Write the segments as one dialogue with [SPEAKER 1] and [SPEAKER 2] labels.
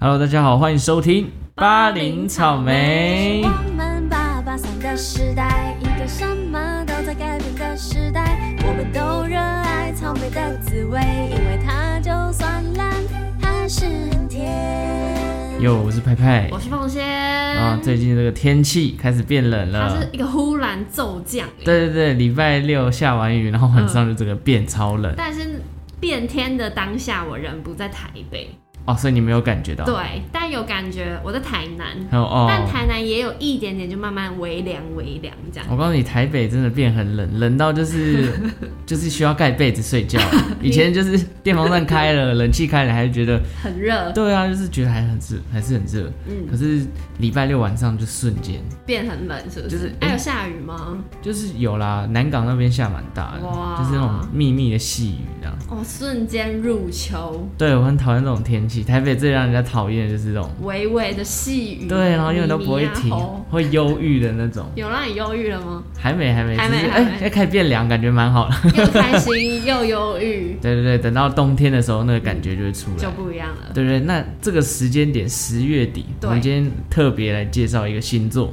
[SPEAKER 1] Hello，大家好，欢迎收听巴林草莓
[SPEAKER 2] 是。我们八八三的时代，一个什么都在改变的时代。我们都热爱草莓的滋味，因为它就算烂，还是很甜。
[SPEAKER 1] 哟，我是派派
[SPEAKER 3] 我是凤仙
[SPEAKER 1] 啊。最近这个天气开始变冷
[SPEAKER 3] 它是
[SPEAKER 1] 了，
[SPEAKER 3] 一个忽然骤降，欸
[SPEAKER 1] 对对对，礼拜六下完雨，然后晚上就整个变超冷、
[SPEAKER 3] 但是变天的当下，我人不在台北，
[SPEAKER 1] 哦，所以你没有感觉到？
[SPEAKER 3] 对，但有感觉我在台南，
[SPEAKER 1] 还有哦，
[SPEAKER 3] 但台南也有一点点就慢慢微凉微凉这样。
[SPEAKER 1] 我告诉你，台北真的变很冷，冷到就是 就是需要盖被子睡觉。以前就是电风扇开了，冷气开了，还是觉得
[SPEAKER 3] 很热，
[SPEAKER 1] 对啊，就是觉得还很热，还是很热。
[SPEAKER 3] 嗯
[SPEAKER 1] 可是礼拜六晚上就瞬间
[SPEAKER 3] 变很冷，是不
[SPEAKER 1] 就是是？
[SPEAKER 3] 还有下雨吗？
[SPEAKER 1] 就是有啦，南港那边下蛮大的，
[SPEAKER 3] 哇
[SPEAKER 1] 就是那种密密的细雨这样。
[SPEAKER 3] 哦，瞬间入秋，
[SPEAKER 1] 对我很讨厌这种天气，台北最让人家讨厌的就是这种，
[SPEAKER 3] 微微的细雨，
[SPEAKER 1] 对，然后永远都不会
[SPEAKER 3] 迷迷
[SPEAKER 1] 停
[SPEAKER 3] 啊吼，
[SPEAKER 1] 会忧郁的那种。
[SPEAKER 3] 有让你忧郁了吗？
[SPEAKER 1] 还没，还没，
[SPEAKER 3] 还没
[SPEAKER 1] 就是
[SPEAKER 3] 还没
[SPEAKER 1] 哎，要开始变凉，感觉蛮好的。
[SPEAKER 3] 又开心又忧郁，
[SPEAKER 1] 对对对，等到冬天的时候，那个感觉就会出来
[SPEAKER 3] 就。不一样了。
[SPEAKER 1] 对对，那这个时间点十月底，我
[SPEAKER 3] 对
[SPEAKER 1] 们今天特别来介绍一个星座，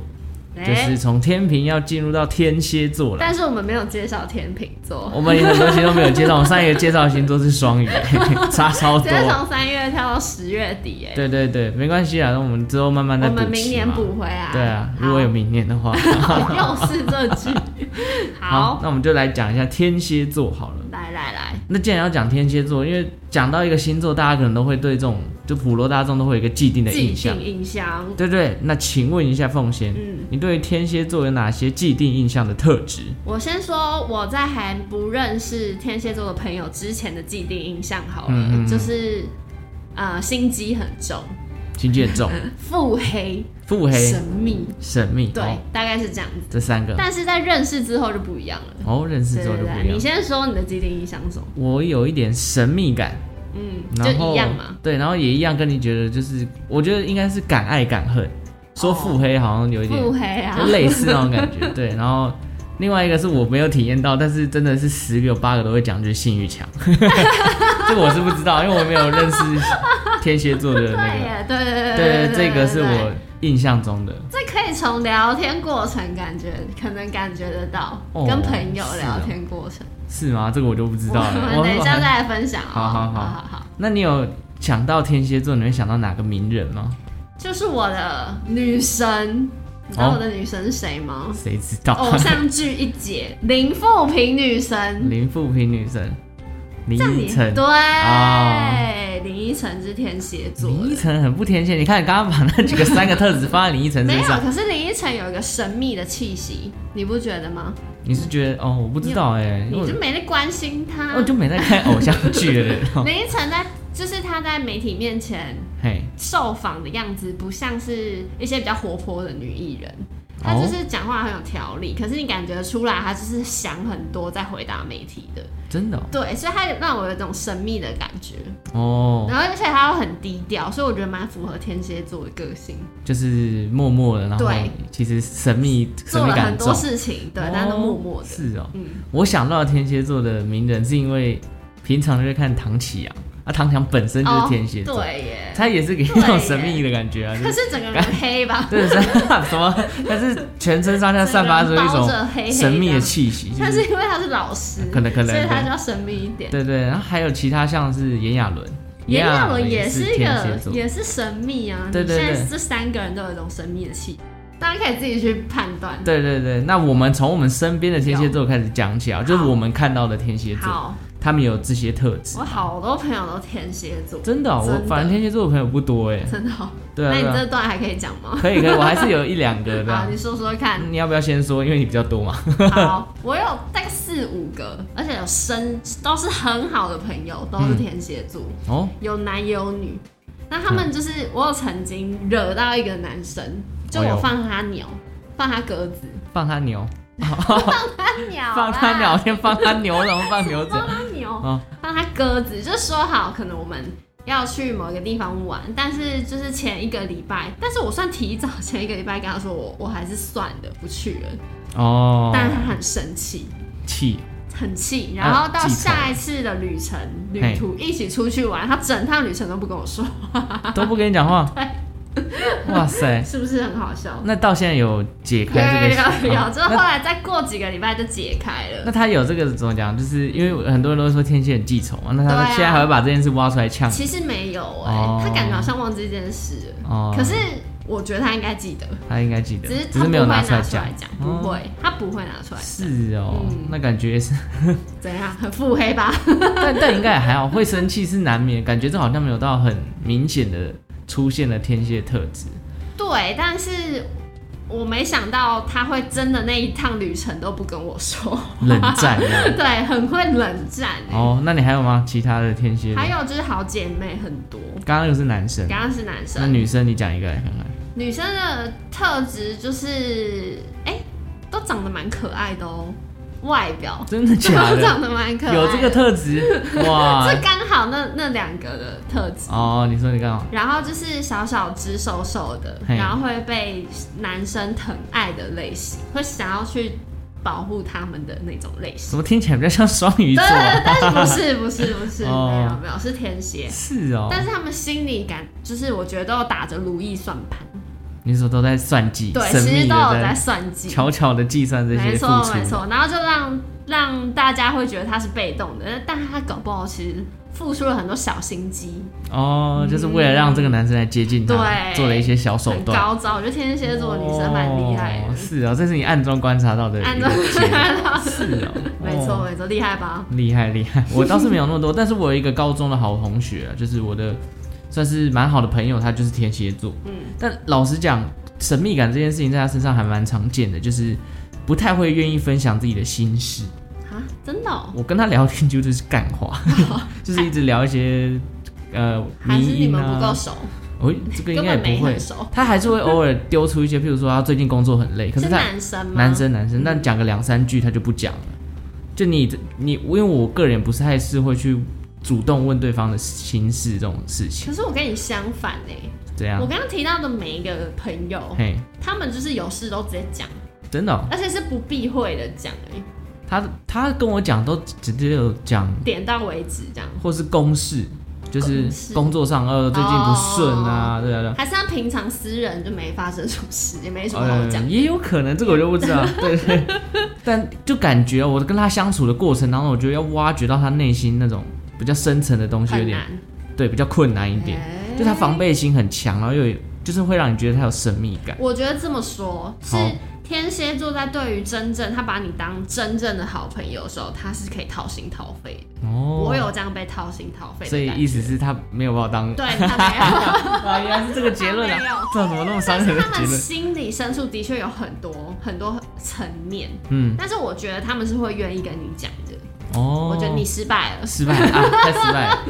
[SPEAKER 1] 就
[SPEAKER 3] 哎
[SPEAKER 1] 是从天平要进入到天蝎座了。
[SPEAKER 3] 但是我们没有介绍天秤座，
[SPEAKER 1] 我们也很多星座没有介绍，我们上一个介绍的星座是双鱼， 差超
[SPEAKER 3] 直接
[SPEAKER 1] 多。
[SPEAKER 3] 从三月跳到十月底，哎，
[SPEAKER 1] 对对对，没关系啊，那我们之后慢慢再
[SPEAKER 3] 我
[SPEAKER 1] 补齐嘛。
[SPEAKER 3] 们明年补回来。
[SPEAKER 1] 对啊，
[SPEAKER 3] 好
[SPEAKER 1] 如果有明年的话，
[SPEAKER 3] 又是这句， 好，
[SPEAKER 1] 那我们就来讲一下天蝎座好了。
[SPEAKER 3] 来来来，
[SPEAKER 1] 那既然要讲天蝎座，因为讲到一个星座，大家可能都会对这种就普罗大众都会有一个既定的
[SPEAKER 3] 既
[SPEAKER 1] 印象
[SPEAKER 3] 定，印象，
[SPEAKER 1] 对对。那请问一下凤仙，
[SPEAKER 3] 嗯
[SPEAKER 1] 你对天蝎座有哪些既定印象的特质？
[SPEAKER 3] 我先说我在还不认识天蝎座的朋友之前的既定印象好了，
[SPEAKER 1] 嗯嗯嗯
[SPEAKER 3] 就是呃心机很重，
[SPEAKER 1] 心机很 重，
[SPEAKER 3] 腹黑，
[SPEAKER 1] 腹黑
[SPEAKER 3] 神、秘，
[SPEAKER 1] 神秘，
[SPEAKER 3] 对，
[SPEAKER 1] 哦
[SPEAKER 3] 大概是这样子。
[SPEAKER 1] 这三个。
[SPEAKER 3] 但是在认识之后就不一样了。
[SPEAKER 1] 哦，认识
[SPEAKER 3] 对
[SPEAKER 1] 之后
[SPEAKER 3] 对
[SPEAKER 1] 就不
[SPEAKER 3] 对，
[SPEAKER 1] 一
[SPEAKER 3] 你
[SPEAKER 1] 样。
[SPEAKER 3] 先说你的既定印象是什么？
[SPEAKER 1] 我有一点神秘感，
[SPEAKER 3] 嗯，就
[SPEAKER 1] 然后
[SPEAKER 3] 一样嘛。
[SPEAKER 1] 对，然后也一样跟你觉得就是，我觉得应该是敢爱敢恨，说腹黑好像有一点
[SPEAKER 3] 腹黑啊
[SPEAKER 1] 就，类似那种感 觉。对，然后另外一个是我没有体验到，但是真的是十个有八个都会讲，就是性欲 强。这我是不知道，因为我没有认识天蝎座的
[SPEAKER 3] 对
[SPEAKER 1] 那个。
[SPEAKER 3] 耶，对对对
[SPEAKER 1] 对，
[SPEAKER 3] 哎对，
[SPEAKER 1] 这个是
[SPEAKER 3] 对对
[SPEAKER 1] 我印象中的。
[SPEAKER 3] 这可以从聊天过程感觉，可能感觉得到，
[SPEAKER 1] 哦
[SPEAKER 3] 跟朋友
[SPEAKER 1] 是哦
[SPEAKER 3] 聊天过程。
[SPEAKER 1] 是吗？这个我就不知
[SPEAKER 3] 我
[SPEAKER 1] 道了。
[SPEAKER 3] 们等一下
[SPEAKER 1] 我
[SPEAKER 3] 再来分享哦。
[SPEAKER 1] 好好好
[SPEAKER 3] 好好好
[SPEAKER 1] 那你有想到天蝎座，你会想到哪个名人吗？
[SPEAKER 3] 就是我的女神，你知
[SPEAKER 1] 哦
[SPEAKER 3] 道我的女神是谁吗？
[SPEAKER 1] 谁知道？
[SPEAKER 3] 偶像剧一姐，林富平女 神，
[SPEAKER 1] 林富平女神，林
[SPEAKER 3] 这样
[SPEAKER 1] 依
[SPEAKER 3] 你
[SPEAKER 1] 晨。哦
[SPEAKER 3] 对，林依晨是天蝎座
[SPEAKER 1] 林依
[SPEAKER 3] 的。
[SPEAKER 1] 晨很不天蝎，你看刚刚把那几个三个特质放在林依晨
[SPEAKER 3] 没
[SPEAKER 1] 身
[SPEAKER 3] 有，
[SPEAKER 1] 上，
[SPEAKER 3] 可是林依晨有一个神秘的气息，你不觉得吗？
[SPEAKER 1] 你是觉得哦，我不知道哎、因为
[SPEAKER 3] 你
[SPEAKER 1] 我
[SPEAKER 3] 就没在关心她。
[SPEAKER 1] 我就没在看偶像剧了。 然后
[SPEAKER 3] 林依晨在，就是她在媒体面前
[SPEAKER 1] 嘿，
[SPEAKER 3] 受访的样子不像是一些比较活泼的女艺人，她
[SPEAKER 1] 哦
[SPEAKER 3] 就是讲话很有条理，可是你感觉出来她就是想很多在回答媒体的，
[SPEAKER 1] 真的哦
[SPEAKER 3] 对，所以她让我有一种神秘的感觉，
[SPEAKER 1] 哦，哦
[SPEAKER 3] 然后而且她又很低调，所以我觉得蛮符合天蝎座的个性，
[SPEAKER 1] 就是默默的，然后
[SPEAKER 3] 对
[SPEAKER 1] 其实神秘神
[SPEAKER 3] 做
[SPEAKER 1] 秘
[SPEAKER 3] 了很
[SPEAKER 1] 感重
[SPEAKER 3] 多，事情，对
[SPEAKER 1] 哦，
[SPEAKER 3] 但都默默的，
[SPEAKER 1] 是哦，
[SPEAKER 3] 嗯，
[SPEAKER 1] 我想到天蝎座的名人，是因为平常就会看唐启阳，啊，唐启阳本身就是天蝎座，
[SPEAKER 3] 哦对耶，
[SPEAKER 1] 他也是给
[SPEAKER 3] 对
[SPEAKER 1] 那种神秘的感觉啊，就
[SPEAKER 3] 可
[SPEAKER 1] 是
[SPEAKER 3] 是整个人黑 吧，
[SPEAKER 1] 对，是什么？但是全身上下散发出一
[SPEAKER 3] 整个人包
[SPEAKER 1] 种
[SPEAKER 3] 着黑黑
[SPEAKER 1] 神秘
[SPEAKER 3] 这
[SPEAKER 1] 的
[SPEAKER 3] 样
[SPEAKER 1] 气息，就
[SPEAKER 3] 但
[SPEAKER 1] 是
[SPEAKER 3] 是因为他是老师，
[SPEAKER 1] 可能可能
[SPEAKER 3] 所以他
[SPEAKER 1] 对
[SPEAKER 3] 就要神秘一点。
[SPEAKER 1] 对对，然后还有其他像是炎亚纶，
[SPEAKER 3] 炎亚纶
[SPEAKER 1] 也
[SPEAKER 3] 也是一
[SPEAKER 1] 天蝎
[SPEAKER 3] 个
[SPEAKER 1] 座，
[SPEAKER 3] 也是神秘啊。
[SPEAKER 1] 对对
[SPEAKER 3] 你现
[SPEAKER 1] 对
[SPEAKER 3] 在这三个人都有一种神秘的气，大家可以自己去判断。
[SPEAKER 1] 对对对，那我们从我们身边的天蝎座开始讲起啊，就是我们看到的天蝎座，
[SPEAKER 3] 好，
[SPEAKER 1] 他们有这些特质
[SPEAKER 3] 我。好多朋友都天蝎座，
[SPEAKER 1] 真的哦、
[SPEAKER 3] 真的
[SPEAKER 1] 我反正天蝎座的朋友不多哎。
[SPEAKER 3] 真的哦。
[SPEAKER 1] 对啊，
[SPEAKER 3] 那你
[SPEAKER 1] 对
[SPEAKER 3] 这
[SPEAKER 1] 啊，
[SPEAKER 3] 段还可以讲 吗？
[SPEAKER 1] 可以可以，我还是有一两个的
[SPEAKER 3] 好，
[SPEAKER 1] 啊。嗯
[SPEAKER 3] 你说说看。
[SPEAKER 1] 你要不要先说？因为你比较多嘛。
[SPEAKER 3] 好，我有大概四五个，而且有深都是很好的朋友，都是天蝎座，
[SPEAKER 1] 哦，
[SPEAKER 3] 有男有女。那他们
[SPEAKER 1] 嗯
[SPEAKER 3] 就是我有曾经惹到一个男生，就
[SPEAKER 1] 哎
[SPEAKER 3] 我
[SPEAKER 1] 呦
[SPEAKER 3] 放他鸟，放他鸽子，
[SPEAKER 1] 放他牛，
[SPEAKER 3] 放他鸟，啊
[SPEAKER 1] 放他鸟，，先放他牛，然后放牛子。
[SPEAKER 3] 放他鸟，
[SPEAKER 1] 哦
[SPEAKER 3] 放他鸽子，就说好，可能我们要去某一个地方玩，但是就是前一个礼拜，但是我算提早前一个礼拜跟他说我我还是算了，不去了，
[SPEAKER 1] 哦，
[SPEAKER 3] 但是他很生气，
[SPEAKER 1] 气
[SPEAKER 3] 很气，然后到下一次的旅程旅途一起出去玩，他整趟旅程都不跟我
[SPEAKER 1] 哦
[SPEAKER 3] 说，
[SPEAKER 1] 都不跟你讲话。哇塞，
[SPEAKER 3] 是不是很好笑？
[SPEAKER 1] 那到现在有解开这个
[SPEAKER 3] 有有有，
[SPEAKER 1] 哦
[SPEAKER 3] 就是后来再过几个礼拜就解开
[SPEAKER 1] 那
[SPEAKER 3] 了。
[SPEAKER 1] 他有这个怎么讲？就是因为很多人都说天蝎很记仇嘛，那
[SPEAKER 3] 对
[SPEAKER 1] 他
[SPEAKER 3] 啊
[SPEAKER 1] 现在还会把这件事挖出来呛你
[SPEAKER 3] 其实没有哎、
[SPEAKER 1] 哦
[SPEAKER 3] 他感觉好像忘记这件事了，
[SPEAKER 1] 哦。
[SPEAKER 3] 可是我觉得他应该记得，
[SPEAKER 1] 他应该记得
[SPEAKER 3] 只是，
[SPEAKER 1] 只
[SPEAKER 3] 他
[SPEAKER 1] 是
[SPEAKER 3] 不
[SPEAKER 1] 没
[SPEAKER 3] 会
[SPEAKER 1] 有
[SPEAKER 3] 拿
[SPEAKER 1] 出来
[SPEAKER 3] 出来讲，不
[SPEAKER 1] 哦
[SPEAKER 3] 会，他不会拿出来讲，
[SPEAKER 1] 是哦，
[SPEAKER 3] 嗯
[SPEAKER 1] 那感觉是，
[SPEAKER 3] 怎样？很腹黑吧？
[SPEAKER 1] 但但应该也还好，会生气是难免，感觉这好像没有到很明显的出现了天蝎特质。
[SPEAKER 3] 对，但是我没想到他会真的那一趟旅程都不跟我说，
[SPEAKER 1] 冷战这样
[SPEAKER 3] 对，很会冷战欸、
[SPEAKER 1] 哦，那你还有吗？其他的天蝎的？
[SPEAKER 3] 还有就是好姐妹很多，
[SPEAKER 1] 刚刚那个是男生，
[SPEAKER 3] 刚刚是男
[SPEAKER 1] 那
[SPEAKER 3] 生，
[SPEAKER 1] 女生你讲一个来看看。
[SPEAKER 3] 女生的特质就是，哎、都长得蛮可爱的哦，外表
[SPEAKER 1] 真的
[SPEAKER 3] 都
[SPEAKER 1] 假的？
[SPEAKER 3] 长得蛮可爱的，
[SPEAKER 1] 有这个特质哇
[SPEAKER 3] 这？刚好那那两个的特质。
[SPEAKER 1] 哦，你说你干嘛？
[SPEAKER 3] 然后就是小小只、瘦瘦的，
[SPEAKER 1] 嘿
[SPEAKER 3] 然后会被男生疼爱的类型，会想要去保护他们的那种类型。
[SPEAKER 1] 怎么听起来比较像双鱼
[SPEAKER 3] 对
[SPEAKER 1] 座啊？
[SPEAKER 3] 对，对但是不是不是不是，
[SPEAKER 1] 哦
[SPEAKER 3] 没有没有是天蝎，
[SPEAKER 1] 是哦，
[SPEAKER 3] 但是他们心里感就是我觉得都有打着如意算盘，
[SPEAKER 1] 你说都在算计，
[SPEAKER 3] 对，
[SPEAKER 1] 神
[SPEAKER 3] 其
[SPEAKER 1] 秘
[SPEAKER 3] 实
[SPEAKER 1] 的
[SPEAKER 3] 都有在算计，
[SPEAKER 1] 悄悄的计算这些
[SPEAKER 3] 没
[SPEAKER 1] 付
[SPEAKER 3] 错没
[SPEAKER 1] 出。
[SPEAKER 3] 错，然后就让让大家会觉得他是被动的，但他搞不好其实付出了很多小心机，
[SPEAKER 1] 哦，就是为了让这个男生来接近他，
[SPEAKER 3] 嗯对
[SPEAKER 1] 做了一些小手
[SPEAKER 3] 很
[SPEAKER 1] 段。
[SPEAKER 3] 高招。我觉得天蝎座的女生蛮厉害
[SPEAKER 1] 哦
[SPEAKER 3] 的，
[SPEAKER 1] 是哦，这是你暗中观察到的一个
[SPEAKER 3] 按照，
[SPEAKER 1] 结果。是哦
[SPEAKER 3] 没错
[SPEAKER 1] 哦
[SPEAKER 3] 没错，厉害吧？
[SPEAKER 1] 厉害厉 害，我倒是没有那么多，但是我有一个高中的好同学啊、就是我的算是蛮好的朋友，他就是天蝎座。嗯，但老实讲，神秘感这件事情在他身上还蛮常见的，就是不太会愿意分享自己的心事。
[SPEAKER 3] 啊，真的哦、
[SPEAKER 1] 我跟他聊天就是 干 话，就是一直聊一些呃
[SPEAKER 3] 还
[SPEAKER 1] 迷
[SPEAKER 3] 是你
[SPEAKER 1] 因
[SPEAKER 3] 们不够
[SPEAKER 1] 啊，
[SPEAKER 3] 熟，
[SPEAKER 1] 哦，这个应
[SPEAKER 3] 根
[SPEAKER 1] 该
[SPEAKER 3] 本
[SPEAKER 1] 也
[SPEAKER 3] 没
[SPEAKER 1] 不会
[SPEAKER 3] 很。熟。
[SPEAKER 1] 他还是会偶尔丢出一些，譬如说他最近工作很欸累，可
[SPEAKER 3] 是
[SPEAKER 1] 他
[SPEAKER 3] 男生吗？
[SPEAKER 1] 男生男生，但讲个两三句他就不讲了。就你你，因为我个人不是太是会去主动问对方的心事这种事情
[SPEAKER 3] 可，是我跟你相反哎、
[SPEAKER 1] 怎
[SPEAKER 3] 我
[SPEAKER 1] 样？
[SPEAKER 3] 刚刚提到的每一个朋友，
[SPEAKER 1] 嘿，
[SPEAKER 3] 他们就是有事都直接讲，
[SPEAKER 1] 真的哦、
[SPEAKER 3] 而且是不避讳的讲、欸，
[SPEAKER 1] 他他跟我讲都只只有讲，
[SPEAKER 3] 点到为止这样。
[SPEAKER 1] 或是公事，就是
[SPEAKER 3] 公事哦
[SPEAKER 1] 工作上呃最近不顺啊，对啊对啊。
[SPEAKER 3] 还是他平常私人就没发生什么事，也哎没什么好讲
[SPEAKER 1] 嗯，。也有可能，这个我就不知 道。对对，但就感觉我跟他相处的过程当中，我觉得要挖掘到他内心那种比较深层的东西，有
[SPEAKER 3] 很
[SPEAKER 1] 点
[SPEAKER 3] 难，
[SPEAKER 1] 对比较困难一点。
[SPEAKER 3] 哎
[SPEAKER 1] 就他防备心很强，然后又有就是会让你觉得他有神秘感。
[SPEAKER 3] 我觉得这么说，是
[SPEAKER 1] 好
[SPEAKER 3] 天蝎座在对于真正他把你当真正的好朋友的时候，他是可以掏心掏肺的。
[SPEAKER 1] 哦
[SPEAKER 3] 我，有这样被掏心掏肺
[SPEAKER 1] 所
[SPEAKER 3] 的
[SPEAKER 1] 以
[SPEAKER 3] 感
[SPEAKER 1] 意
[SPEAKER 3] 觉。
[SPEAKER 1] 思是他没有把我 当，
[SPEAKER 3] 对 他没有，
[SPEAKER 1] 啊，原来是这个结论
[SPEAKER 3] 他没
[SPEAKER 1] 啊
[SPEAKER 3] 有，
[SPEAKER 1] 这怎么那么伤
[SPEAKER 3] 但
[SPEAKER 1] 人
[SPEAKER 3] 是
[SPEAKER 1] 的
[SPEAKER 3] 他
[SPEAKER 1] 结
[SPEAKER 3] 们
[SPEAKER 1] 论？
[SPEAKER 3] 心理深处的确有很多很多层面，
[SPEAKER 1] 嗯，
[SPEAKER 3] 但是我觉得他们是会愿意跟你讲的。
[SPEAKER 1] 哦，
[SPEAKER 3] 我觉得你失 败了，
[SPEAKER 1] 失败 了啊，太失败了，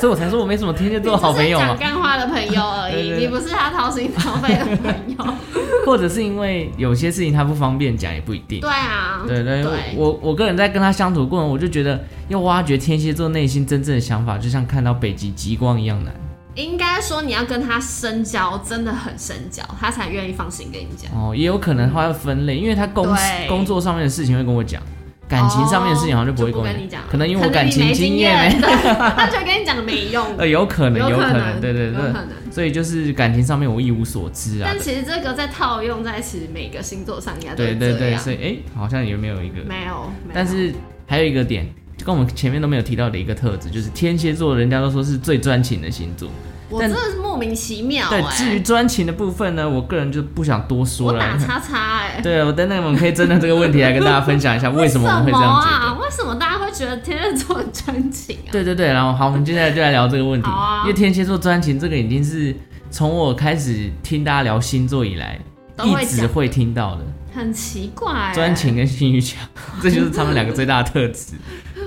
[SPEAKER 1] 所以我才说我没什么天蝎座的好朋友
[SPEAKER 3] 你只
[SPEAKER 1] 嘛
[SPEAKER 3] 是讲，干话的朋友而
[SPEAKER 1] 对
[SPEAKER 3] 已，
[SPEAKER 1] 对对
[SPEAKER 3] 你不是他掏心掏肺的朋友。
[SPEAKER 1] 或者是因为有些事情他不方便讲，也不一定。
[SPEAKER 3] 对啊，
[SPEAKER 1] 对对，
[SPEAKER 3] 对，
[SPEAKER 1] 我我个人在跟他相处的过程，我就觉得要挖掘天蝎座内心真正的想法，就像看到北极极光一样难。
[SPEAKER 3] 应该说你要跟他深交，真的很深交，他才愿意放心跟你讲。
[SPEAKER 1] 哦，也有可能他会分类，因为他工
[SPEAKER 3] 对
[SPEAKER 1] 工作上面的事情会跟我讲，感情上面的事情好像就不会
[SPEAKER 3] 哦就
[SPEAKER 1] 我
[SPEAKER 3] 你讲了，
[SPEAKER 1] 可能因为我
[SPEAKER 3] 你
[SPEAKER 1] 感情
[SPEAKER 3] 没
[SPEAKER 1] 经
[SPEAKER 3] 经
[SPEAKER 1] 验欸没，
[SPEAKER 3] 对 他就跟你讲没用，
[SPEAKER 1] 呃，有可能，
[SPEAKER 3] 有
[SPEAKER 1] 可
[SPEAKER 3] 能，
[SPEAKER 1] 对对
[SPEAKER 3] 有
[SPEAKER 1] 对
[SPEAKER 3] 可，能。
[SPEAKER 1] 所以就是感情上面我一无所知啊
[SPEAKER 3] 但，其实这个在套用在其实每个星座上应该都
[SPEAKER 1] 对
[SPEAKER 3] 是
[SPEAKER 1] 对
[SPEAKER 3] 这
[SPEAKER 1] 对，
[SPEAKER 3] 样
[SPEAKER 1] 所以哎、诶好像也没有一个，
[SPEAKER 3] 没有，没有
[SPEAKER 1] 但是还有一个点，就跟我们前面都没有提到的一个特质，就是天蝎座，人家都说是最专情的星座，
[SPEAKER 3] 我
[SPEAKER 1] 但
[SPEAKER 3] 真的是莫名其妙
[SPEAKER 1] 对，
[SPEAKER 3] 哎、
[SPEAKER 1] 至于专情的部分呢，我个人就不想多说
[SPEAKER 3] 我
[SPEAKER 1] 了。
[SPEAKER 3] 打叉叉哎、
[SPEAKER 1] 对，我等等我们可以针对这个问题来跟大家分享一下，为什么我们会这样觉得。
[SPEAKER 3] 啊？ 为什么大家会觉得天蝎座很专情啊？
[SPEAKER 1] 对对对，然后好，我们接下来就来聊这个问题，
[SPEAKER 3] 好啊
[SPEAKER 1] 因为天蝎座专情这个已经是从我开始听大家聊星座以来，
[SPEAKER 3] 都
[SPEAKER 1] 一
[SPEAKER 3] 会
[SPEAKER 1] 直
[SPEAKER 3] 讲，
[SPEAKER 1] 会听到的
[SPEAKER 3] 很奇怪、欸。
[SPEAKER 1] 专，情跟性欲强， 这就是他们两个最大的特 质。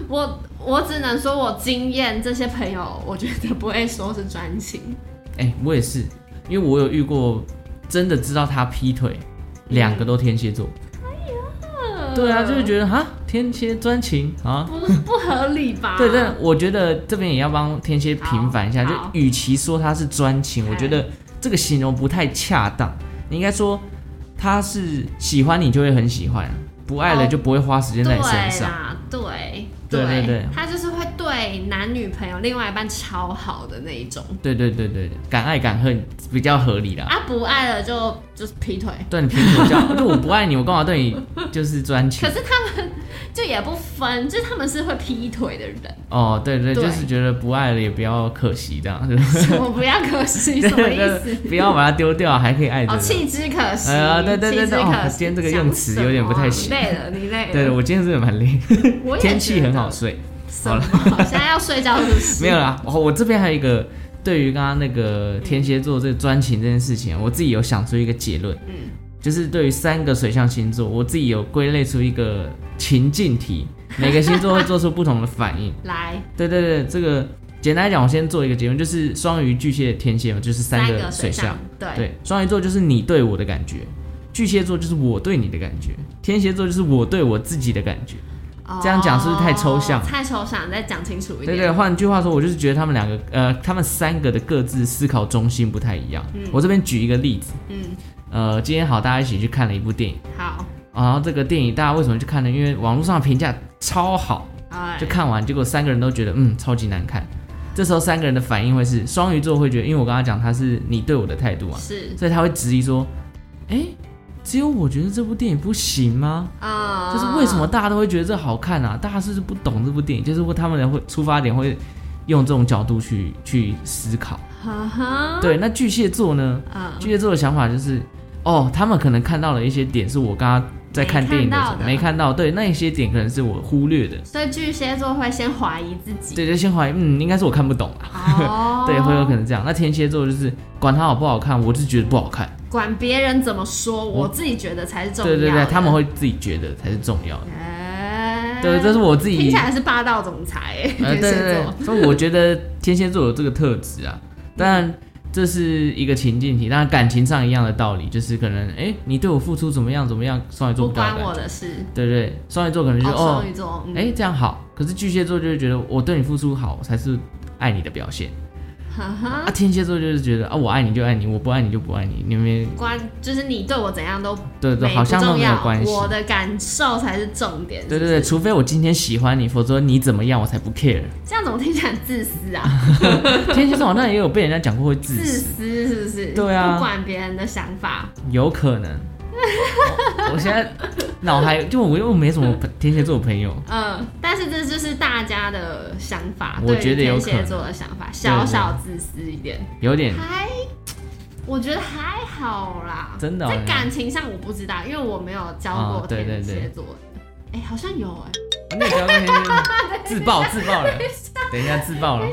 [SPEAKER 3] 我我只能说我经验这些朋友，我觉得不会说是专情，
[SPEAKER 1] 哎、我也是，因为我有遇过真的知道他劈腿，两个都天蝎座。
[SPEAKER 3] 哎
[SPEAKER 1] 对啊，就是觉得哈，天蝎专情啊，
[SPEAKER 3] 不不合理吧？
[SPEAKER 1] 对，但我觉得这边也要帮天蝎平反一下，就
[SPEAKER 3] 好好
[SPEAKER 1] 与其说他是专情，我
[SPEAKER 3] 嗯
[SPEAKER 1] 觉得这个形容不太恰当，你应该说他是喜欢你就会很喜欢，不爱了
[SPEAKER 3] 哦
[SPEAKER 1] 就不会花时间在你身
[SPEAKER 3] 对
[SPEAKER 1] 上。
[SPEAKER 3] 啦，对
[SPEAKER 1] 对对对
[SPEAKER 3] 他就是会对男女朋友另外一半超好的那一种，
[SPEAKER 1] 对对对对，对敢爱敢恨比较合理啦。
[SPEAKER 3] 啊不爱了就就是劈腿，
[SPEAKER 1] 对你凭什么叫？就我不爱你，我干嘛对你就是专情
[SPEAKER 3] 可？是他们就也不分，就是他们是会劈腿的人，
[SPEAKER 1] 哦，对对，
[SPEAKER 3] 对
[SPEAKER 1] 就是觉得不爱了也不要可惜这样，是不是
[SPEAKER 3] 什么不要可惜，什么意思？
[SPEAKER 1] 不要把它丢掉，还可以爱着
[SPEAKER 3] 哦，
[SPEAKER 1] 它。
[SPEAKER 3] 弃之可惜。
[SPEAKER 1] 哎呀对对对
[SPEAKER 3] 弃之
[SPEAKER 1] 对
[SPEAKER 3] 可
[SPEAKER 1] 哦
[SPEAKER 3] 惜。
[SPEAKER 1] 今天这个用词有点不太行
[SPEAKER 3] 讲什么啊你累了，你累了。
[SPEAKER 1] 对，我今天真的蛮累，
[SPEAKER 3] 我也觉得
[SPEAKER 1] 天气很好。睡。
[SPEAKER 3] 什么？现在要睡觉是不是？
[SPEAKER 1] 没有啦，我我这边还有一个，对于刚刚那个天蝎座这个专情这件事情，我自己有想出一个结论，
[SPEAKER 3] 嗯
[SPEAKER 1] 就是对于三个水象星座，我自己有归类出一个情境题，每个星座会做出不同的反应。
[SPEAKER 3] 来，
[SPEAKER 1] 对对对，这个简单来讲，我先做一个结论，就是双鱼、巨蟹、天蝎嘛，就是三
[SPEAKER 3] 三
[SPEAKER 1] 个水
[SPEAKER 3] 水
[SPEAKER 1] 象
[SPEAKER 3] 象。，对，
[SPEAKER 1] 对，双鱼座就是你对我的感觉，巨蟹座就是我对你的感觉，天蝎座就是我对我自己的感觉。
[SPEAKER 3] 哦
[SPEAKER 1] 这样讲是不是太抽象
[SPEAKER 3] 太抽象，再讲清楚一
[SPEAKER 1] 对
[SPEAKER 3] 点。
[SPEAKER 1] 对，换句话说，我就是觉得他们两个，呃，他们三个的各自思考中心不太一样。我这边举一个例子，
[SPEAKER 3] 嗯，
[SPEAKER 1] 呃，今天好，大家一起去看了一部电影，
[SPEAKER 3] 好，
[SPEAKER 1] 然后这个电影大家为什么去看呢？因为网络上的评价超好，
[SPEAKER 3] 哎
[SPEAKER 1] 就看完，结果三个人都觉得，嗯，超级难看。这时候三个人的反应会是，双鱼座会觉得，因为我刚刚讲他是你对我的态度嘛，啊
[SPEAKER 3] 是，
[SPEAKER 1] 所以他会质疑说，哎，只有我觉得这部电影不行吗？
[SPEAKER 3] 啊，
[SPEAKER 1] 就是为什么大家都会觉得这好看啊？大家是不是不懂这部电影？就是会他们的会出发点会用这种角度去去思考。
[SPEAKER 3] 哈哈，
[SPEAKER 1] 对，那巨蟹座呢？
[SPEAKER 3] 嗯，
[SPEAKER 1] 巨蟹座的想法就是，哦，他们可能看到了一些点是我刚刚在看电影的时候
[SPEAKER 3] 没看到的
[SPEAKER 1] 没看到，对，那一些点可能是我忽略的。
[SPEAKER 3] 所以巨蟹座会先怀疑自己，
[SPEAKER 1] 对，就先怀疑，嗯，应该是我看不懂啊。，
[SPEAKER 3] 哦
[SPEAKER 1] 对，会有可能这样。那天蝎座就是管它好不好看，我就觉得不好看。
[SPEAKER 3] 管别人怎么说，我自己觉得才是重要
[SPEAKER 1] 对
[SPEAKER 3] 的。
[SPEAKER 1] 对对，他们会自己觉得才是重要的。
[SPEAKER 3] 哎，
[SPEAKER 1] 对，这是我自己
[SPEAKER 3] 听起来是霸道总裁欸，
[SPEAKER 1] 呃，
[SPEAKER 3] 巨
[SPEAKER 1] 对对
[SPEAKER 3] 蟹座。
[SPEAKER 1] 对，所以我觉得天蝎座有这个特质啊。当然，这是一个情境题，当然感情上一样的道理，就是可能，哎，你对我付出怎么样怎么样，双鱼座
[SPEAKER 3] 不
[SPEAKER 1] 不高
[SPEAKER 3] 关我
[SPEAKER 1] 感，
[SPEAKER 3] 的事。
[SPEAKER 1] 对不对？双鱼座可能就
[SPEAKER 3] 哦，
[SPEAKER 1] 哦
[SPEAKER 3] 双，鱼座，嗯
[SPEAKER 1] 哎、这样好，可是巨蟹座就会觉得我对你付出好才是爱你的表现
[SPEAKER 3] 哈哈，
[SPEAKER 1] 啊，天蝎座就是觉得啊，我爱你就爱你，我不爱你就不爱你，你们
[SPEAKER 3] 关就是你对我怎样都
[SPEAKER 1] 对对，
[SPEAKER 3] 没
[SPEAKER 1] 好像
[SPEAKER 3] 不
[SPEAKER 1] 都
[SPEAKER 3] 重
[SPEAKER 1] 没有
[SPEAKER 3] 要，
[SPEAKER 1] 关系。
[SPEAKER 3] 我的感受才是重点。
[SPEAKER 1] 对对
[SPEAKER 3] 是
[SPEAKER 1] 对，除非我今天喜欢你，否则你怎么样我才不 care。
[SPEAKER 3] 不是，这样怎么听起来很自私啊？
[SPEAKER 1] 天蝎座好像也有被人家讲过会 自
[SPEAKER 3] 自
[SPEAKER 1] 私，
[SPEAKER 3] 私是不是？
[SPEAKER 1] 对啊
[SPEAKER 3] 不管别人的想法，
[SPEAKER 1] 有可 能。哦我我现在脑海就我又没什么朋天蝎座朋友，
[SPEAKER 3] 嗯，但是这就是大家的想法，
[SPEAKER 1] 我
[SPEAKER 3] 对于
[SPEAKER 1] 觉得有
[SPEAKER 3] 天
[SPEAKER 1] 可
[SPEAKER 3] 蝎
[SPEAKER 1] 能
[SPEAKER 3] 座的想法，小小自私一点，
[SPEAKER 1] 有点
[SPEAKER 3] 还我觉得还好啦。
[SPEAKER 1] 真的哦
[SPEAKER 3] 在感情上我不知道，因为我没有交
[SPEAKER 1] 哦
[SPEAKER 3] 过
[SPEAKER 1] 对对
[SPEAKER 3] 天
[SPEAKER 1] 对
[SPEAKER 3] 蝎座。哎，好像有哎，
[SPEAKER 1] 那不要跟天蝎座自爆自爆了， 等一下自爆了，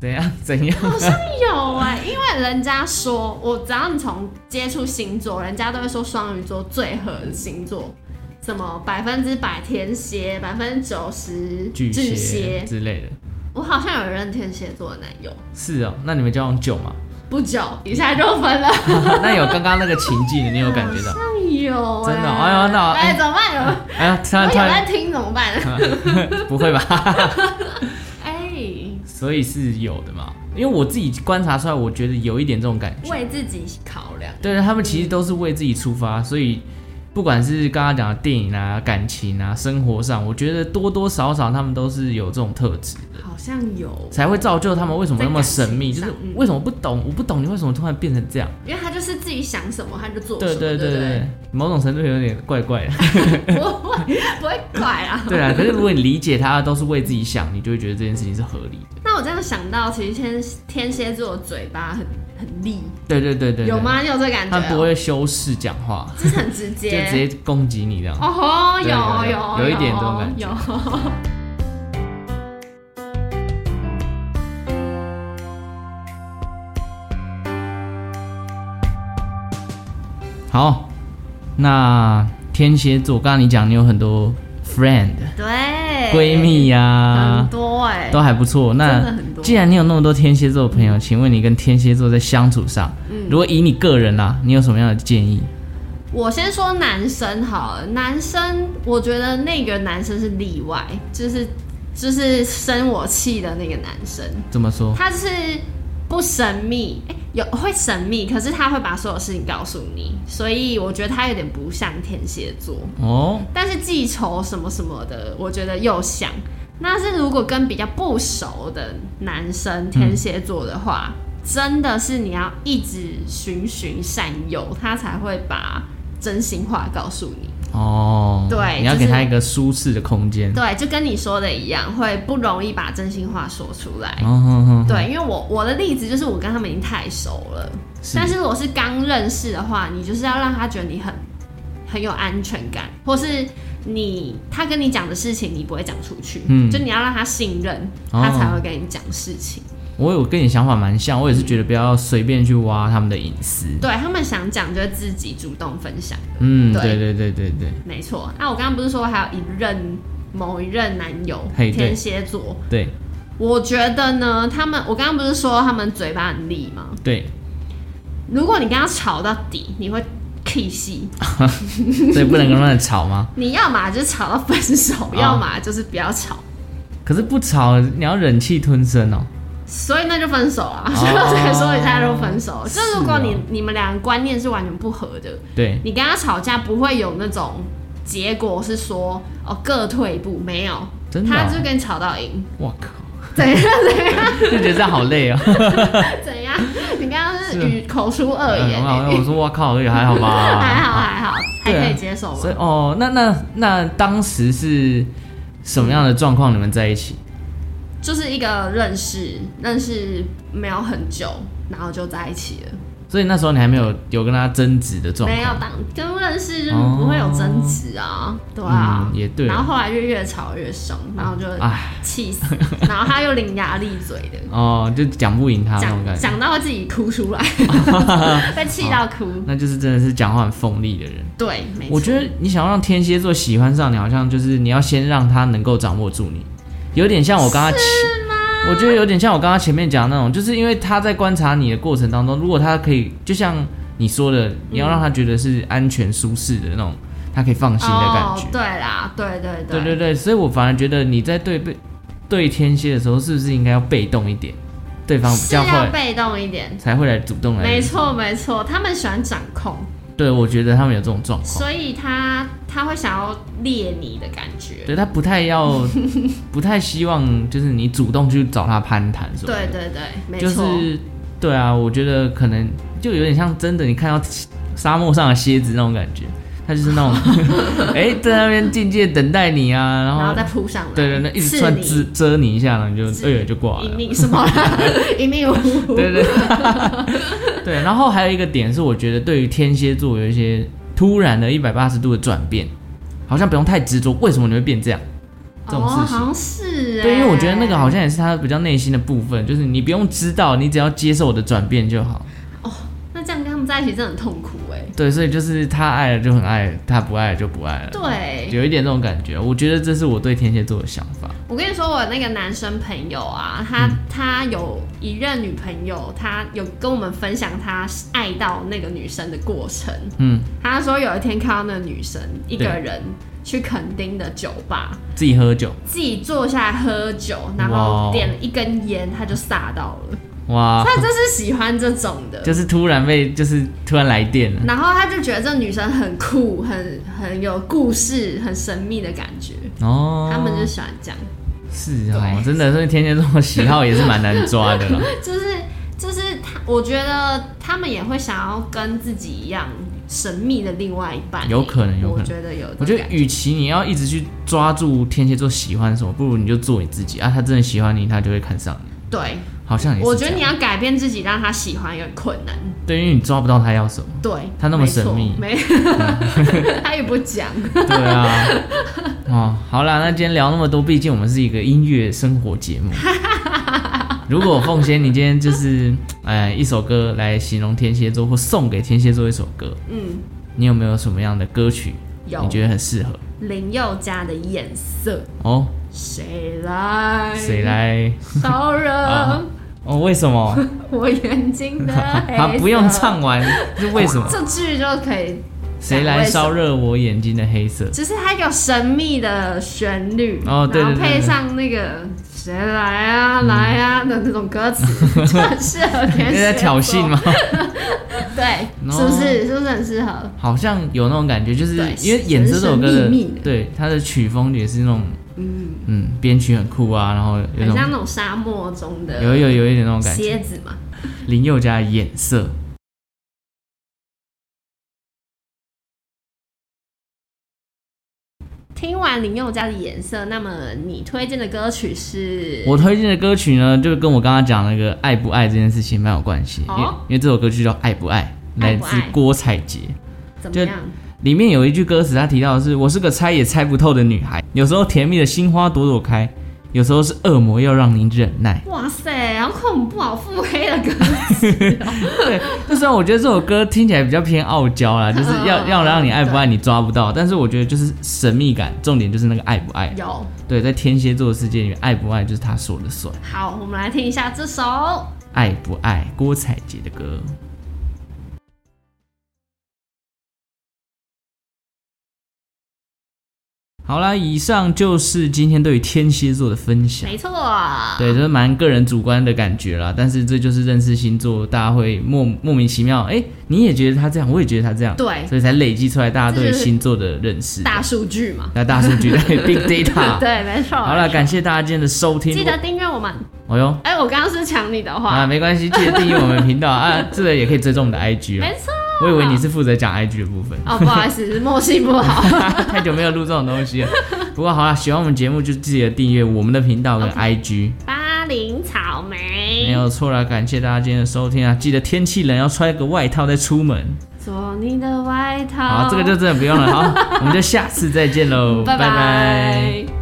[SPEAKER 1] 等一下怎样？
[SPEAKER 3] 好像有哎、因为人家说，我只要你从接触星座，人家都会说双鱼座最合星座，什么百分之百天蝎，百分之九十
[SPEAKER 1] 巨
[SPEAKER 3] 蟹。
[SPEAKER 1] 蟹之类的，
[SPEAKER 3] 我好像有认天蝎座的男友，
[SPEAKER 1] 是哦。那你们交往久吗？
[SPEAKER 3] 不久一下就分了，
[SPEAKER 1] 那有刚刚那个情境，你有感觉到？
[SPEAKER 3] 好像有、欸、
[SPEAKER 1] 真的哦哎呦那
[SPEAKER 3] 哎、
[SPEAKER 1] 哎
[SPEAKER 3] 怎么办？有
[SPEAKER 1] 哎呀， 突
[SPEAKER 3] 我
[SPEAKER 1] 然
[SPEAKER 3] 有
[SPEAKER 1] 突
[SPEAKER 3] 在
[SPEAKER 1] 然
[SPEAKER 3] 听怎 么办？
[SPEAKER 1] 不会吧？
[SPEAKER 3] 哎、
[SPEAKER 1] 所以是有的嘛，因为我自己观察出来，我觉得有一点这种感觉。
[SPEAKER 3] 为自己考量，
[SPEAKER 1] 对，他们其实都是为自己出发，所以不管是刚刚讲的电影啊、感情啊、生活上，我觉得多多少少他们都是有这种特质，
[SPEAKER 3] 好像有，
[SPEAKER 1] 才会造就他们为什么那么神秘，就
[SPEAKER 3] 在
[SPEAKER 1] 是
[SPEAKER 3] 感情上嗯
[SPEAKER 1] 为什么不懂，我不懂你为什么突然变成这样。
[SPEAKER 3] 因为他就是自己想什么他就做什
[SPEAKER 1] 对
[SPEAKER 3] 么，
[SPEAKER 1] 对对
[SPEAKER 3] 对不
[SPEAKER 1] 对，某种程度有点怪怪 的。
[SPEAKER 3] 不会不会怪啊。
[SPEAKER 1] 对啊，可是如果你理解他都是为自己想，你就会觉得这件事情是合理的。
[SPEAKER 3] 那我这样想到，其实天天蝎座的嘴巴很很利，
[SPEAKER 1] 对对对对，对
[SPEAKER 3] 有？吗？你有这个感
[SPEAKER 1] 他
[SPEAKER 3] 觉、哦？
[SPEAKER 1] 不，会修饰讲话，
[SPEAKER 3] 就是很直
[SPEAKER 1] 就直
[SPEAKER 3] 接。
[SPEAKER 1] 接攻击你这样。
[SPEAKER 3] 哦吼，
[SPEAKER 1] 对
[SPEAKER 3] 有
[SPEAKER 1] 有有
[SPEAKER 3] 有
[SPEAKER 1] 有一点这种感觉
[SPEAKER 3] 有。
[SPEAKER 1] 好，那天蝎座，刚刚你讲你有很多 friend
[SPEAKER 3] 对，
[SPEAKER 1] 闺蜜呀、
[SPEAKER 3] 很多哎、
[SPEAKER 1] 都还不错。
[SPEAKER 3] 真的
[SPEAKER 1] 那
[SPEAKER 3] 很多嗯
[SPEAKER 1] 既然你有那么多天蝎座的朋友，请问你跟天蝎座在相处上，如果以你个人啦、你有什么样的建议？
[SPEAKER 3] 我先说男生好了，男生我觉得那个男生是例外，就是就是生我气的那个男生，
[SPEAKER 1] 怎么说？
[SPEAKER 3] 他是不神秘。哎，有会神秘，可是他会把所有事情告诉你，所以我觉得他有点不像天蝎座，
[SPEAKER 1] 哦，
[SPEAKER 3] 但是记仇什么什么的，我觉得又像。那是如果跟比较不熟的男生天蝎座的话，真的是你要一直循循善诱，他才会把真心话告诉你。
[SPEAKER 1] 哦，
[SPEAKER 3] 对
[SPEAKER 1] 你要
[SPEAKER 3] 就
[SPEAKER 1] 给
[SPEAKER 3] 是
[SPEAKER 1] 他一个舒适的空间。
[SPEAKER 3] 对，就跟你说的一样，会不容易把真心话说出来。
[SPEAKER 1] 哦哼哼，
[SPEAKER 3] 对，因为我我的例子就是我跟他们已经太熟了，
[SPEAKER 1] 是
[SPEAKER 3] 但是如果是刚认识的话，你就是要让他觉得你很很有安全感，或是你他跟你讲的事情你不会讲出去，
[SPEAKER 1] 嗯
[SPEAKER 3] 就你要让他信任，
[SPEAKER 1] 哦
[SPEAKER 3] 他才会跟你讲事情。
[SPEAKER 1] 我有跟你想法蛮像，我也是觉得不要随便去挖他们的隐私。
[SPEAKER 3] 对他们想讲就会自己主动分享，
[SPEAKER 1] 嗯，
[SPEAKER 3] 对
[SPEAKER 1] 对对对对对
[SPEAKER 3] 没错。那我刚刚不是说还有一任某一任男友
[SPEAKER 1] 嘿对
[SPEAKER 3] 天蝎座，
[SPEAKER 1] 对
[SPEAKER 3] 我觉得呢，他们我刚刚不是说他们嘴巴很利吗？
[SPEAKER 1] 对，
[SPEAKER 3] 如果你跟他吵到底，你会气息。
[SPEAKER 1] 所以不能跟他们吵吗？
[SPEAKER 3] 你要嘛就是吵到分手，
[SPEAKER 1] 哦
[SPEAKER 3] 要嘛就是不要吵，
[SPEAKER 1] 可是不吵，你要忍气吞声哦。
[SPEAKER 3] 所以那就分手啊。
[SPEAKER 1] 哦
[SPEAKER 3] 所以我才说你大家都分手。就如果你
[SPEAKER 1] 是哦
[SPEAKER 3] 你们两个观念是完全不合的，
[SPEAKER 1] 对，
[SPEAKER 3] 你跟他吵架不会有那种结果是说哦各退一步，没有，
[SPEAKER 1] 真的哦
[SPEAKER 3] 他就跟你吵 到赢，
[SPEAKER 1] 我靠，
[SPEAKER 3] 怎样
[SPEAKER 1] 就觉得这样好累哦。
[SPEAKER 3] 怎样？你刚刚
[SPEAKER 1] 是
[SPEAKER 3] 是
[SPEAKER 1] 啊
[SPEAKER 3] 语口出恶 言、
[SPEAKER 1] 嗯
[SPEAKER 3] 欸，
[SPEAKER 1] 我说我靠，也还好吧。
[SPEAKER 3] 还好还好，还
[SPEAKER 1] 对啊
[SPEAKER 3] 可以接受
[SPEAKER 1] 所以
[SPEAKER 3] 嘛。
[SPEAKER 1] 哦，那那那当时是什么样的状况？你们在一起？
[SPEAKER 3] 就是一个认识认识没有很久，然后就在一起了。
[SPEAKER 1] 所以那时候你还没有有跟他争执的状
[SPEAKER 3] 没有
[SPEAKER 1] 况，
[SPEAKER 3] 当跟认识就是不会有争执啊，对啊、
[SPEAKER 1] 嗯也对
[SPEAKER 3] 然后后来就越吵越凶，然后就
[SPEAKER 1] 哎，
[SPEAKER 3] 气死，然后他又伶牙俐嘴的，
[SPEAKER 1] 哦，就讲不 赢他那种
[SPEAKER 3] 讲
[SPEAKER 1] 感觉，
[SPEAKER 3] 讲到自己哭 出来，被气到哭。
[SPEAKER 1] 那就是真的是讲话很锋利的人。
[SPEAKER 3] 对，没错。
[SPEAKER 1] 哦我觉得你想要让天蝎座喜欢上你，好像就是你要先让他能够掌握住你，有点像我刚刚前，我觉得有点像我刚刚前面讲的那种，就是因为他在观察你的过程当中，如果他可以，就像你说的，你要让他觉得是安全舒适的那种，他可以放心的感觉
[SPEAKER 3] 哦，。对啦，对对
[SPEAKER 1] 对对对，所以我反而觉得你在对被对天蝎的时候，是不是应该要被动一点，对方比
[SPEAKER 3] 是
[SPEAKER 1] 较
[SPEAKER 3] 要
[SPEAKER 1] 会
[SPEAKER 3] 被动一点。
[SPEAKER 1] 才会来主动来。
[SPEAKER 3] 没，错没错，他们喜欢掌控，
[SPEAKER 1] 对我觉得他们有这种状况，
[SPEAKER 3] 所以他他会想要猎你的感觉。
[SPEAKER 1] 对他不太 要，不太希望就是你主动去找他攀谈什么
[SPEAKER 3] 对
[SPEAKER 1] 的，
[SPEAKER 3] 对对，没
[SPEAKER 1] 就
[SPEAKER 3] 错。
[SPEAKER 1] 是对啊，我觉得可能就有点像真的你看到沙漠上的蝎子那种感觉，它就是那 种哎、在那边静静地等待你啊，然
[SPEAKER 3] 然
[SPEAKER 1] 后
[SPEAKER 3] 后再扑上来，
[SPEAKER 1] 对对对，一直
[SPEAKER 3] 刺
[SPEAKER 1] 穿
[SPEAKER 3] 你
[SPEAKER 1] 遮遮你一下，然后你就哎呦就挂了
[SPEAKER 3] 一。命什 么啦？一命呜呼。
[SPEAKER 1] 对对 对对，然后还有一个点是，我觉得对于天蝎座有一些突然的一百八十度的转变，好像不用太执着，为什么你会变这样？这种事
[SPEAKER 3] 哦，
[SPEAKER 1] 情
[SPEAKER 3] 好像是、欸。
[SPEAKER 1] 对，因为我觉得那个好像也是他比较内心的部分，就是你不用知道，你只要接受我的转变就好。
[SPEAKER 3] 那这样跟他们在一起真的很痛苦哎、
[SPEAKER 1] 对，所以就是他爱了就很爱，他不爱了就不爱了，
[SPEAKER 3] 对，
[SPEAKER 1] 有一点这种感觉。我觉得这是我对天蝎座的想法。
[SPEAKER 3] 我跟你说，我那个男生朋友啊，他、他有一任女朋友，他有跟我们分享他爱到那个女生的过程。
[SPEAKER 1] 嗯，
[SPEAKER 3] 他说有一天看到那个女生一个
[SPEAKER 1] 对
[SPEAKER 3] 人去垦丁的酒吧，
[SPEAKER 1] 自己喝酒，
[SPEAKER 3] 自己坐下来喝酒，然
[SPEAKER 1] 哇
[SPEAKER 3] 后
[SPEAKER 1] 哦
[SPEAKER 3] 点了一根烟，他就撒到了。
[SPEAKER 1] 哇，
[SPEAKER 3] 他就是喜欢这种的，
[SPEAKER 1] 就是突然被，就是突然来电了。
[SPEAKER 3] 然后他就觉得这女生很酷，很很有故事，很神秘的感觉。
[SPEAKER 1] 哦，
[SPEAKER 3] 他们就喜欢这样，
[SPEAKER 1] 是哦，
[SPEAKER 3] 对
[SPEAKER 1] 真的，所以天蝎座的喜好也是蛮难抓的 啦。
[SPEAKER 3] 就是就是他，我觉得他们也会想要跟自己一样神秘的另外一半。
[SPEAKER 1] 有可能有可能
[SPEAKER 3] 我觉得有这种感。
[SPEAKER 1] 我觉得，与其你要一直去抓住天蝎座喜欢什么，不如你就做你自己啊。他真的喜欢你，他就会看上你。
[SPEAKER 3] 对，
[SPEAKER 1] 好像也是
[SPEAKER 3] 我觉得
[SPEAKER 1] 这
[SPEAKER 3] 你
[SPEAKER 1] 样
[SPEAKER 3] 要改变自己，让他喜欢有点困难。
[SPEAKER 1] 对，因为你抓不到他要什么。
[SPEAKER 3] 对，
[SPEAKER 1] 他那么
[SPEAKER 3] 没错
[SPEAKER 1] 神秘
[SPEAKER 3] 没， 他也不讲。
[SPEAKER 1] 对啊，哦，好啦，那今天聊那么多，毕竟我们是一个音乐生活节 目。如果我奉先你今天就是，哎，一首歌来形容天蝎座，或送给天蝎座一首歌，
[SPEAKER 3] 嗯，
[SPEAKER 1] 你有没有什么样的歌曲
[SPEAKER 3] 有
[SPEAKER 1] 你觉得很适合？
[SPEAKER 3] 林宥嘉的眼色，
[SPEAKER 1] 哦，
[SPEAKER 3] 谁来？
[SPEAKER 1] 谁？来？
[SPEAKER 3] 骚扰
[SPEAKER 1] 啊哦，为什么？
[SPEAKER 3] 我眼 睛的黑
[SPEAKER 1] 好，啊不用
[SPEAKER 3] 色
[SPEAKER 1] 唱完，是为什么？
[SPEAKER 3] 这句就可以，
[SPEAKER 1] 谁来烧热我眼 睛的黑色？
[SPEAKER 3] 就是它有神秘的旋律，
[SPEAKER 1] 哦对对
[SPEAKER 3] 然后
[SPEAKER 1] 对对
[SPEAKER 3] 配上那个谁来啊来啊的那种歌词， 就很适合 天
[SPEAKER 1] 你
[SPEAKER 3] 蝎
[SPEAKER 1] 在
[SPEAKER 3] 座
[SPEAKER 1] 挑衅？吗？哦
[SPEAKER 3] 对，
[SPEAKER 1] No
[SPEAKER 3] 是不是是不是很适合？
[SPEAKER 1] 好像有那种感觉，就是
[SPEAKER 3] 对
[SPEAKER 1] 因为演这首歌
[SPEAKER 3] 神神
[SPEAKER 1] 的
[SPEAKER 3] 秘秘的，
[SPEAKER 1] 对它的曲风也是那种，
[SPEAKER 3] 嗯，
[SPEAKER 1] 嗯，编曲很酷啊，然后有
[SPEAKER 3] 很
[SPEAKER 1] 种
[SPEAKER 3] 像那种沙漠中的
[SPEAKER 1] 有有有一点那种感觉。
[SPEAKER 3] 蝎子嘛。
[SPEAKER 1] 林宥嘉的眼色，
[SPEAKER 3] 听完林宥嘉的颜色，那么你推荐的歌曲是？
[SPEAKER 1] 我推荐的歌曲呢，就跟我刚刚讲那个爱不爱这件事情蛮有关系，因为
[SPEAKER 3] 哦
[SPEAKER 1] 因为这首歌曲叫《爱不爱》，
[SPEAKER 3] 爱
[SPEAKER 1] 来
[SPEAKER 3] 不爱
[SPEAKER 1] 自郭采洁。
[SPEAKER 3] 怎么样？
[SPEAKER 1] 里面有一句歌词，他提到的是：“我是个猜也猜不透的女孩，有时候甜蜜的心花朵朵开，有时候是恶魔要让您忍耐。
[SPEAKER 3] 哇塞，好恐怖，好腹黑的歌词。
[SPEAKER 1] 对，就虽然我觉得这首歌听起来比较偏傲娇啦，就是要
[SPEAKER 3] 嗯
[SPEAKER 1] 要让你爱不爱你抓不到，但是我觉得就是神秘感，重点就是那个爱不爱。
[SPEAKER 3] 有，
[SPEAKER 1] 对，在天蝎座的世界里面，爱不爱就是他说了算，
[SPEAKER 3] 好，我们来听一下这首。
[SPEAKER 1] 爱不爱郭采洁的歌。好啦，以上就是今天对于天蝎座的分享。
[SPEAKER 3] 没错，
[SPEAKER 1] 对，就是蛮个人主观的感觉啦。但是这就是认识星座，大家会莫莫名其妙，哎、你也觉得他这样，我也觉得他这样，
[SPEAKER 3] 对
[SPEAKER 1] 所以才累积出来大家
[SPEAKER 3] 这
[SPEAKER 1] 对
[SPEAKER 3] 就是
[SPEAKER 1] 星座的认识。
[SPEAKER 3] 大数据嘛。
[SPEAKER 1] 那大数据 对 big data。
[SPEAKER 3] 对，没错。
[SPEAKER 1] 好了，感谢大家今天的收听。
[SPEAKER 3] 记得订阅我们。
[SPEAKER 1] 哎呦，
[SPEAKER 3] 哎、我刚刚是抢你的话，
[SPEAKER 1] 啊，没关系，记得订阅我们频道啊，这个也可以追踪我们的 IG 啊
[SPEAKER 3] 没。错。
[SPEAKER 1] 我以为你是负责讲 IG 的部分，
[SPEAKER 3] 哦，不好意思，是默契不好。
[SPEAKER 1] 太 久没有录这种东西了。不过好了，喜欢我们节目就记得订阅我们的频道跟 IG。
[SPEAKER 3] 巴林草
[SPEAKER 1] 没
[SPEAKER 3] 莓，
[SPEAKER 1] 有错啦，感谢大家今天的收听啊！记得天气冷要穿个外套再出门。
[SPEAKER 3] 做你的外套。
[SPEAKER 1] 好，这个就真的不用了。好，我们就下次再见喽，
[SPEAKER 3] 拜
[SPEAKER 1] 拜拜
[SPEAKER 3] 拜